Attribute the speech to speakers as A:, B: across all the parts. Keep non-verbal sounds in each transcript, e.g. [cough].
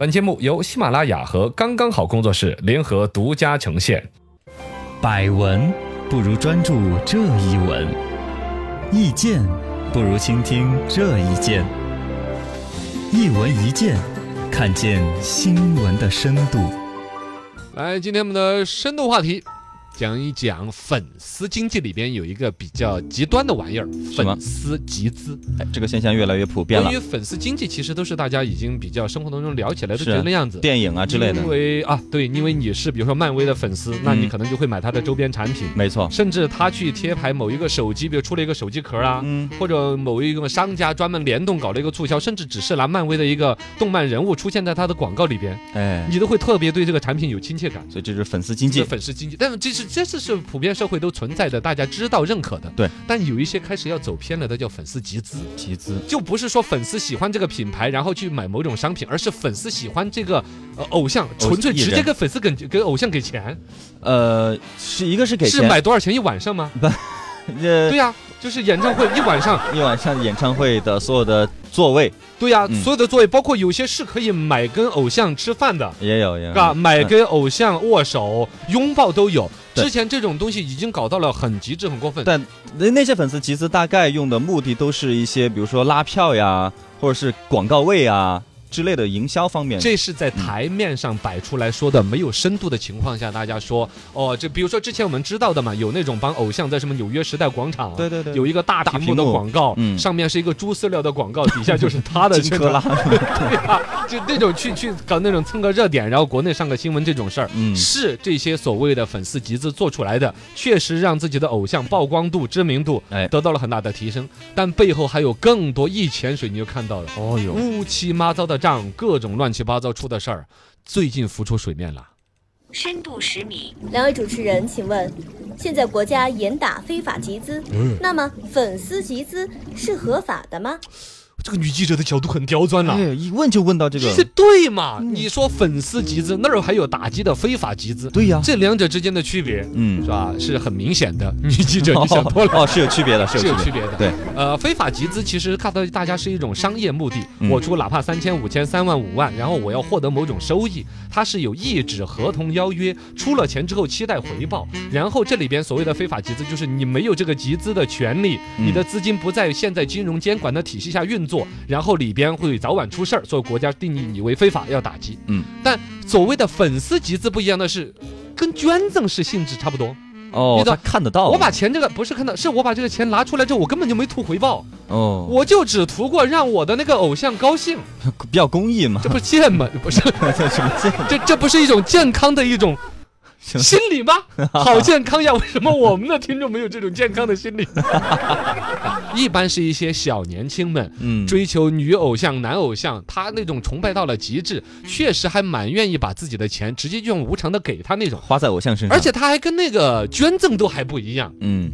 A: 本节目由喜马拉雅和刚刚好工作室联合独家呈现。
B: 百闻不如专注这一闻，意见不如倾听这一见。一闻一见，看见新闻的深度。
C: 来，今天我们的深度话题，讲一讲粉丝经济里边有一个比较极端的玩意儿——
B: 么
C: 粉丝集资。
B: 哎这个现象越来越普遍了
C: 关于，粉丝经济，其实都是大家已经比较生活当中聊起来都
B: 是
C: 觉得那样子。
B: 电影啊之类的嗯
C: 因，为啊，对，因为你是比如说漫威的粉丝，那你可能就会买他的周边产品，
B: 没错。
C: 甚至他去贴牌某一个手机，比如出了一个手机壳啊，
B: 嗯，
C: 或者某一个商家专门联动搞了一个促销，甚至只是拿漫威的一个动漫人物出现在他的广告里边，
B: 哎，
C: 你都会特别对这个产品有亲切感。
B: 所以这就是粉丝经
C: 这
B: 济。
C: 粉丝经济，但这是这是是普遍社会都存在的，大家知道认可的。
B: 对，
C: 但有一些开始要走偏了的叫粉丝集资，
B: 集资，
C: 就不是说粉丝喜欢这个品牌，然后去买某种商品，而是粉丝喜欢这个呃偶像，纯粹
B: 艺人
C: 直接给粉丝给给偶像给钱，
B: 呃，是一个是给
C: 是
B: 钱，
C: 买多少钱一晚上吗？
B: 这
C: 对呀、就是演唱会一晚上，
B: 一晚上演唱会的所有的座位
C: 对呀、
B: 嗯
C: 所有的座位，包括有些是可以买跟偶像吃饭的。
B: 也有，也有
C: 啊，买跟偶像握手、拥抱都有。
B: 对
C: 之前这种东西已经搞到了很极致、很过分。
B: 但那那些粉丝集资大概用的目的都是一些，比如说拉票呀，或者是广告位啊之类的营销方面。
C: 这是在台面上摆出来说的，没有深度的情况下，大家说哦，这比如说之前我们知道的嘛，有那种帮偶像在什么纽约时代广场啊，
B: 对对对
C: 有一个大屏幕的广告，
B: 嗯
C: 上面是一个猪饲料的广
B: [laughs]
C: 告，底下就是他的
B: 金
C: 宣
B: 克
C: 传
B: 拉，，
C: 对啊， [laughs] 就那种去去搞那种蹭个热点，然后国内上个新闻这种事儿，
B: 嗯
C: 是这些所谓的粉丝集资做出来的，确实让自己的偶像曝光度、知名度
B: 哎
C: 得到了很大的提升，但背后还有更多一潜水你就看到了。
B: 哦哟，
C: 乌七八糟的账，各种乱七八糟出的事儿，最近浮出水面了。
D: 深度十米，
E: 两位主持人，请问，现在国家严打非法集资，那么粉丝集资是合法的吗？
C: 这个女记者的角度很刁钻了。
B: 哎，一问就问到这个，
C: 这嗯对嘛？你说粉丝集资那儿还有打击的非法集资，
B: 对呀
C: 这两者之间的区别，
B: 嗯
C: 是，吧？是很明显的。女记者，你 [laughs] 想多了。
B: 哦，是有区别的，是
C: 是有
B: 有
C: 区
B: 区
C: 别的，
B: 对，
C: 呃，非法集资其实看到大家是一种商业目的，
B: 嗯
C: 我出哪怕三千、五千、三万、五万，然后我要获得某种收益，它是有意志、合同邀约，出了钱之后期待回报，然后这里边所谓的非法集资就是你没有这个集资的权利，
B: 嗯
C: 你的资金不在现在金融监管的体系下运作，然后里边会早晚出事儿，所以国家定义你为非法要打击，
B: 嗯，
C: 但所谓的粉丝集资不一样的是，跟捐赠是性质差不多。
B: 别。哦
C: 你，
B: 他
C: 懂
B: 看得到，
C: 我把钱这个不是看到，是我把这个钱拿出来之后，我根本就没图回报，
B: 哦，
C: 我就只图过让我的那个偶像高兴，
B: 比较公益嘛
C: 这，不是贱吗？ [laughs] 不是，
B: 这什么这
C: 这这不是一种健康的一种心理
B: [laughs]
C: 吗？好健康呀！为什么我们的听众没有这种健康的
B: [laughs]
C: 心理？一般是一些小年轻们。
B: [laughs] 嗯，
C: 追求女偶像、男偶像，他那种崇拜到了极致，
B: 嗯
C: 确实还蛮愿意把自己的钱直接就用无偿的给他那种，
B: 花在偶像身上，
C: 而且他还跟那个捐赠都还不一样。
B: 嗯，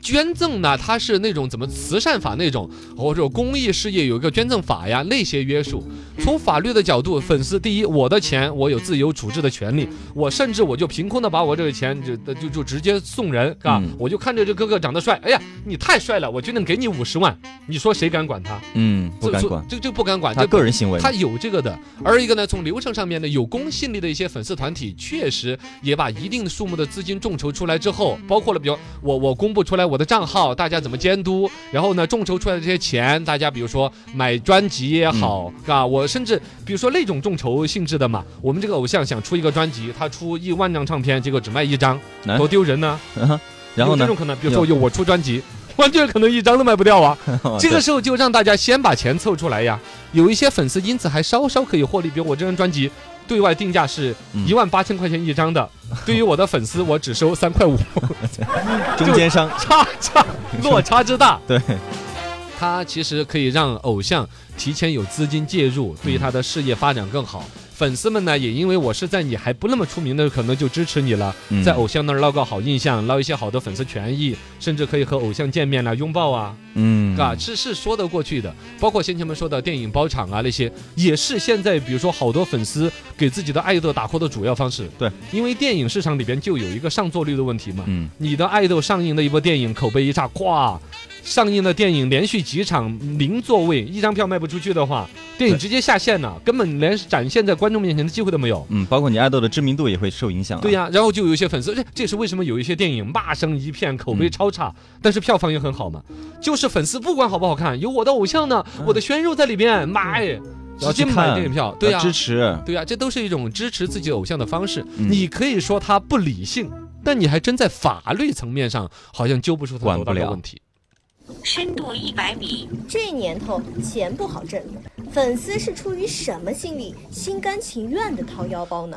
C: 捐赠呢，它是那种怎么慈善法那种，或者公益事业有一个捐赠法呀，那些约束。从法律的角度，粉丝第一，我的钱我有自由处置的权利，我甚至我就凭空的把我这个钱就就就直接送人，啊，
B: 嗯
C: 我就看着这哥哥长得帅，哎呀，你太帅了，我就能给你五十万，你说谁敢管他？
B: 嗯，不敢管，
C: 这这不敢管，
B: 他
C: 这
B: 个人行为，
C: 他有这个的。而一个呢，从流程上面呢，有公信力的一些粉丝团体，确实也把一定数目的资金众筹出来之后，包括了比如我我公布出来我的账号，大家怎么监督，然后呢，众筹出来的这些钱，大家比如说买专辑也好，
B: 嗯
C: 啊，我甚至比如说那种众筹性质的嘛，我们这个偶像想出一个专辑，他出一万张唱片，结果只卖一张，
B: 哎
C: 多丢人呢、
B: 啊 [laughs] 然后
C: 有
B: 呢
C: 这，种可能，比如说有我出专辑， [laughs] 完全可能一张都卖不掉啊。
B: [laughs] 哦
C: 这个时候就让大家先把钱凑出来呀。有一些粉丝因此还稍稍可以获利，比如我这张专辑对外定价是
B: 嗯
C: 一万八千块钱一张的，对于我的粉丝我只收三块 [laughs] 五，
B: 对中间商，
C: 差差落差之 [laughs] 大。
B: 对，
C: 它其实可以让偶像提前有资金介入，对于他的事业发展更好。粉丝们呢，也因为我是在你还不那么出名的，可能就支持你了，
B: 嗯
C: 在偶像那儿捞个好印象，捞一些好的粉丝权益，甚至可以和偶像见面啦、拥抱啊，
B: 嗯，
C: 啊，是是说得过去的。包括先前们说的电影包场啊，那些也是现在比如说好多粉丝给自己的爱豆打 call 的主要方式。
B: 对，
C: 因为电影市场里边就有一个上座率的问题嘛。
B: 嗯，
C: 你的爱豆上映的一部电影口碑一差，咵，上映的电影连续几场零座位，一张票卖不出去的话，电影直接下线了，根本连展现在观众面前的机会都没有。
B: 嗯，包括你爱豆的知名度也会受影响、啊。
C: 对、呀、然后就有一些粉丝，哎这这也是为什么有一些电影骂声一片，口
B: 嗯
C: 碑超差，但是票房也很好嘛。就是粉丝不管好不好看，有我的偶像呢，我的鲜肉在里边，买，直
B: 嗯要去
C: 接
B: 看
C: 买电影票，对呀、
B: 支持。
C: 对呀、这都是一种支持自己偶像的方式。
B: 嗯
C: 你可以说他不理性，但你还真在法律层面上好像揪不出他
B: 管
C: 多
B: 不
C: 大的
B: 了
C: 问题。
D: 深度一百米，
E: 这年头钱不好挣，粉丝是出于什么心理，心甘情愿的掏腰包呢？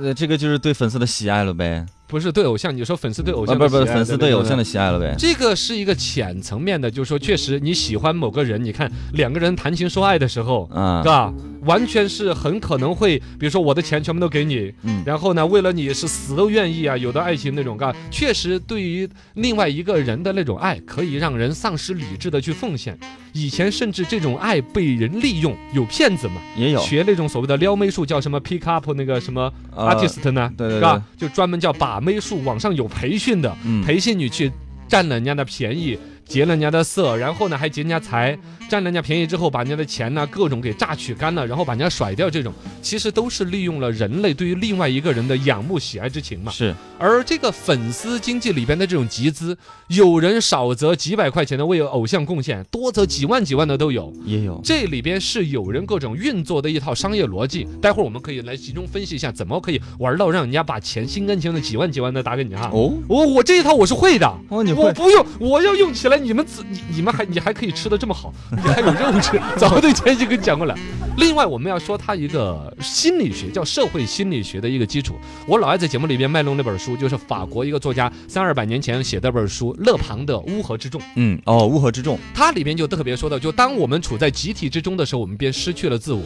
B: 呃，这个就是对粉丝的喜爱了呗，
C: 不是对偶像，你说粉丝对偶
B: 啊，
C: 像
B: 不
C: 的
B: 是
C: 喜
B: 不
C: 爱，
B: 是粉丝对偶像
C: 的。
B: 的喜爱了呗。
C: 这个是一个浅层面的，就是说，确实你喜欢某个人，你看两个人谈情说爱的时候，
B: 啊
C: 是，吧？完全是很可能会，比如说我的钱全部都给你，
B: 嗯
C: 然后呢，为了你是死都愿意啊，有的爱情那种，嘎，确实对于另外一个人的那种爱，可以让人丧失理智的去奉献。以前甚至这种爱被人利用，有骗子嘛，
B: 也有。
C: 学那种所谓的撩妹术，叫什么 pick up 那个什么 artist 呢，
B: 呃对对
C: 是吧？就专门叫把妹术，网上有培训的，
B: 嗯，
C: 培训你去占了人家的便宜，劫了人家的色，然后呢还劫人家财，占了人家便宜之后把人家的钱呢、各种给榨取干了，然后把人家甩掉，这种其实都是利用了人类对于另外一个人的仰慕喜爱之情嘛。
B: 是，
C: 而这个粉丝经济里边的这种集资，有人少则几百块钱的为偶像贡献，多则几万几万的都有。
B: 也有。
C: 这里边是有人各种运作的一套商业逻辑，待会儿我们可以来集中分析一下，怎么可以玩到让人家把钱心甘情愿的几万几万的打给你哈。
B: 哦
C: 我我这一套我是会的，
B: 哦，你
C: 我
B: 会
C: 不用，我要用起来，你们自你你们还你还可以吃的这么好，你还有肉吃，早得前就跟你讲过了。另外，我们要说它一个心理学，叫社会心理学的一个基础。我老爱在节目里边卖弄那本书，就是法国一个作家三二百年前写的本书《勒庞的乌合之众》，
B: 嗯哦，乌合之众，
C: 它里面就特别说到，就当我们处在集体之中的时候，我们便失去了自我，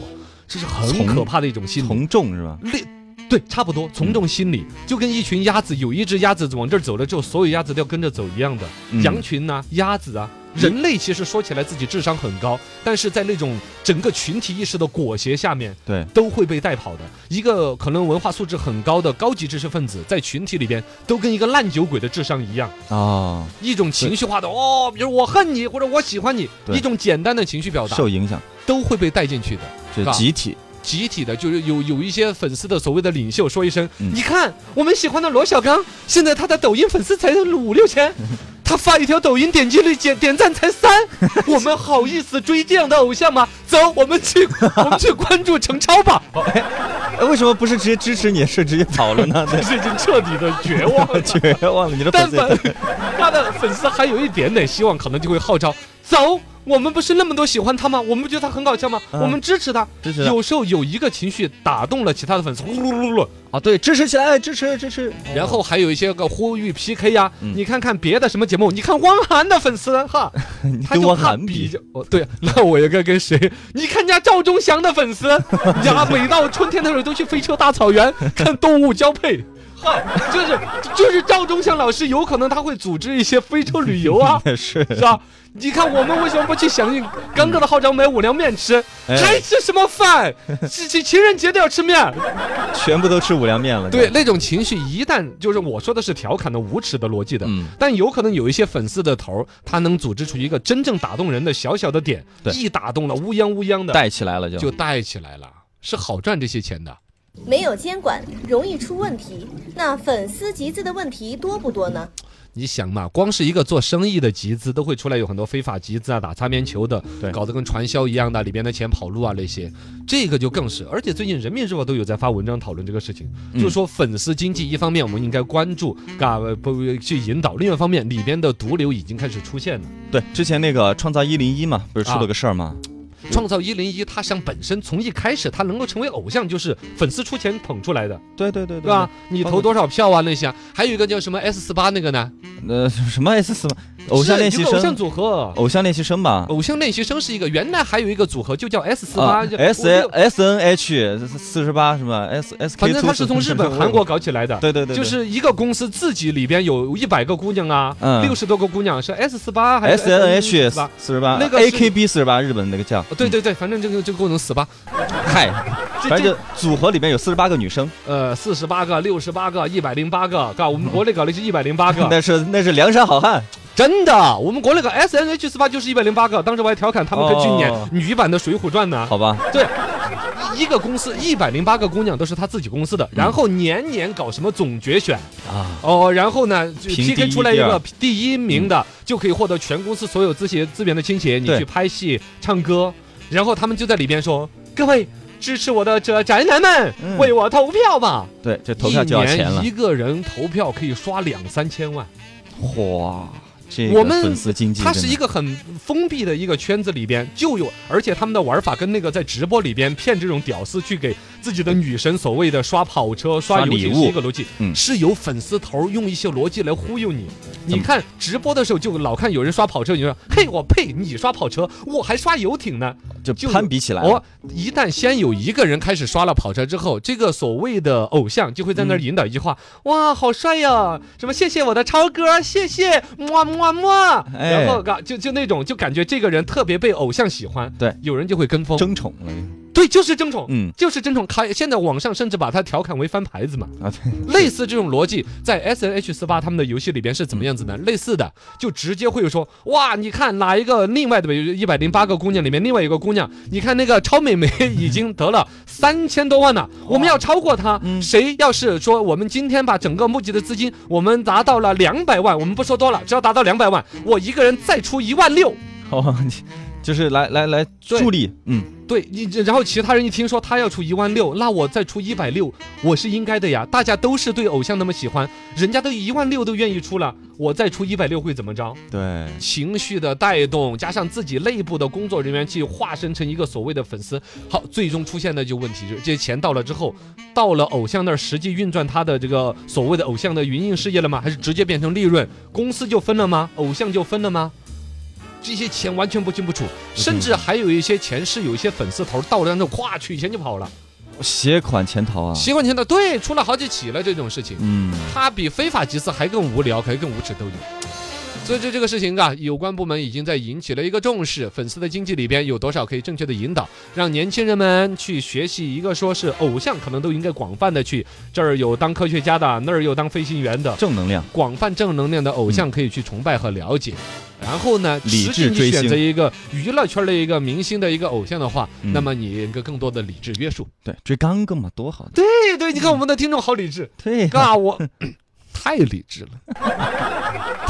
C: 这是很
B: 从
C: 可怕的一种心理。
B: 从众是吧？
C: 类对，差不多，
B: 嗯
C: 从众心理就跟一群鸭子，有一只鸭子往这儿走了之后，所有鸭子都要跟着走一样的。
B: 嗯
C: 羊群呐、鸭子啊，人类其实说起来自己智商很高，但是在那种整个群体意识的裹挟下面，
B: 对，
C: 都会被带跑的。一个可能文化素质很高的高级知识分子，在群体里边都跟一个烂酒鬼的智商一样，
B: 哦，
C: 一种情绪化的哦，比如我恨你或者我喜欢你，
B: 对
C: 一种简单的情绪表达
B: 受影响，
C: 都会被带进去的。
B: 这
C: 吧
B: 集体
C: 集体的，就是有有一些粉丝的所谓的领袖说一声，
B: 嗯
C: 你看我们喜欢的罗小刚，现在他的抖音粉丝才五六千，他发一条抖音点击率点点赞才三，我们好意思追这样的偶像吗？走，我们去我们去关注程超吧，
B: 哎，为什么不是直接支持你，是直接跑了
C: [laughs]
B: 呢？。
C: 这是已经彻底的绝望了
B: 绝望了，你的粉
C: 但
B: 丝
C: 凡
B: 也
C: 他的粉丝还有一点点希望，可能就会号召走。我们不是那么多喜欢他吗？我们不觉得他很搞笑吗？
B: 嗯
C: 我们支持他。
B: 支持他
C: 有时候有一个情绪打动了其他的粉丝，呼噜噜噜噜，
B: 啊，对，支持起来，支持支持。
C: 然后还有一些个呼吁 PK 呀、
B: 嗯
C: 你看看别的什么节目，你看汪涵的粉丝哈，
B: [laughs] 你
C: 他
B: 跟
C: 就
B: 我
C: 怕
B: 喊
C: 比
B: 比，
C: 较，哦对， [laughs] 那我也该跟谁？你看人家赵忠祥的
B: [laughs]
C: 粉丝，人家每到春天的时候都去飞车大草原看动物交
B: [laughs]
C: 配。嗨， [laughs] 就是就是赵忠祥老师，有可能他会组织一些非洲旅游啊，
B: [laughs] [laughs] 是
C: 是吧？你看我们为什么不去响应刚哥的号召买五粮面吃？
B: 哎
C: 还吃什么
B: [laughs]
C: 饭？情情情人节都要吃面，
B: 全部都吃五粮面了。
C: 对，那种情绪，一旦就是我说的是调侃的、无耻的逻辑的，
B: 嗯
C: 但有可能有一些粉丝的头儿，他能组织出一个真正打动人的小小的点，
B: 对
C: 一打动了，乌泱乌泱的
B: 带起来了就
C: 就带起来了，是好赚这些钱的。
E: 没有监管，容易出问题。那粉丝集资的问题多不多呢？
C: 你想嘛，光是一个做生意的集资，都会出来有很多非法集资啊、打擦边球的
B: 对，
C: 搞得跟传销一样的，里边的钱跑路啊那些，这个就更是。而且最近人民日报都有在发文章讨论这个事情，
B: 嗯
C: 就说粉丝经济一方面我们应该关注，嘎不去引导；另外一方面，里边的毒瘤已经开始出现了。
B: 对。之前那个创造一零一嘛，不是出
C: 啊
B: 了个事儿吗？
C: 创造一零一，它像本身从一开始它能够成为偶像，就是粉丝出钱捧出来的，
B: 对对对
C: 对吧？？你
B: 包
C: 投
B: 括
C: 多少票啊那些啊，还有一个叫什么 S 四八那个呢，
B: 呃， [laughs] 什么 S 四嘛，偶像
C: 是
B: 练
C: 一
B: 习
C: 个偶像
B: 生，
C: 组合。
B: 偶像练习生吧。
C: 偶像练习生是一个，原来还有一个组合就叫 S 四八
B: 啊，S
C: 我
B: S N H 四十八什么 S S K，
C: 反正它是从日本、韩国搞起来的。
B: 对对对对
C: 就是一个公司自己里边有一百个姑娘啊，
B: 嗯
C: 六十多个姑娘是 S 四八还是
B: S N H
C: 吧？
B: 四十八，
C: 那个是
B: A K B 四十八，日本那个叫嗯
C: 哦对对对，反正这个这个功能死吧，
B: 嗨，
C: 这
B: 反正
C: 这
B: 就组合里面有四十八个女生，
C: 呃四
B: [laughs]
C: 十八个、六十八个、一百零八个，嘎，我们国内搞的是一百零八个，
B: 那是那是梁山好汉，
C: 真的，我们国内个 S N H 四八就是一百零八个，当时我还调侃他们可以去演
B: 哦
C: 女版的《水浒传》呢。
B: 好吧，
C: 对，一个公司一百零八个姑娘都是他自己公司的，然
B: 嗯
C: 后年年搞什么总决选
B: 啊，
C: 哦，然后呢就
B: 评第
C: PK
B: 一
C: 出来一
B: 第
C: 个
B: 二嗯
C: 第一名的，就可以获得全公司所有资协资源的倾斜，你
B: 对
C: 去拍戏、唱歌，然后他们就在里边说：“各位支持我的这宅男们，
B: 嗯
C: 为我投票吧！”
B: 对，这投票就要钱了
C: 一年一，个人投票可以刷两三千万。
B: 哇，这个
C: 啊我们
B: 粉丝经济
C: 它
B: 真
C: 是
B: 的
C: 一个很封闭的一个圈子里边就有，而且他们的玩法跟那个在直播里边骗这种屌丝去给自己的女神所谓的刷跑车、刷
B: 刷
C: 游
B: 礼
C: 戏
B: 物
C: 是一个逻辑，
B: 嗯
C: 是有粉丝头用一些逻辑来忽悠你。你看直播的时候就老看有人刷跑车，你说嘿我呸，你刷跑车，我还刷游艇呢。
B: 就攀比起来
C: 哦
B: 了，，
C: 一旦先有一个人开始刷了跑车之后，这个所谓的偶像就会在那儿引导一句话：“
B: 嗯
C: 哇，好帅呀！什么谢谢我的超哥，谢谢，么么么。”
B: 哎
C: 然后嘎就就那种就感觉这个人特别被偶像喜欢，
B: 对
C: 有人就会跟风，
B: 争宠了，
C: 对，就是争宠，
B: 嗯
C: 就是争宠。开现在网上甚至把他调侃为翻牌子嘛，
B: 啊，对
C: 类似这种逻辑，在 S N H 四八他们的游戏里边是怎么样子呢？类似的，就直接会有说，哇，你看哪一个另外的一百零八个姑娘里面，另外一个姑娘，你看那个超美眉已经得了三千多万了，我们要超过她。谁要是说我们今天把整个募集的资金，我们达到了两百万，我们不说多了，只要达到两百万，我一个人再出一万六。
B: 哦， [laughs] 就是来来来助力，嗯，
C: 对你，然后其他人一听说他要出一万六，那我再出一百六，我是应该的呀。大家都是对偶像那么喜欢，人家都一万六都愿意出了，我再出一百六会怎么着？
B: 对，
C: 情绪的带动，加上自己内部的工作人员去化身成一个所谓的粉丝，好，最终出现的就问题就是这些钱到了之后，到了偶像那儿实际运转他的这个所谓的偶像的云印事业了吗？还是直接变成利润？公司就分了吗？偶像就分了吗？这些钱完全不清不楚，甚至还有一些钱是有一些粉丝头到了那儿咵取钱就跑了，
B: 携款潜逃啊，
C: 习惯性的对出了好几起了这种事情。
B: 嗯，
C: 它比非法集资还更无聊，还更无耻都有。所以这这个事情啊，有关部门已经在引起了一个重视，粉丝的经济里边有多少可以正确的引导，让年轻人们去学习一个说是偶像，可能都应该广泛的去，这儿有当科学家的，那儿有当飞行员的，
B: 正能量，
C: 广泛正能量的偶像可以去崇拜和了解。然后呢，
B: 理
C: 实际
B: 智
C: 你
B: 追星
C: 选择一个娱乐圈的一个明星的一个偶像的话，
B: 嗯
C: 那么你一个更多的理智约束。
B: 对，追刚哥嘛，多好的，
C: 对对，你看我们的听众好 [coughs] 理智，
B: 对呀
C: 嘎我太理智了。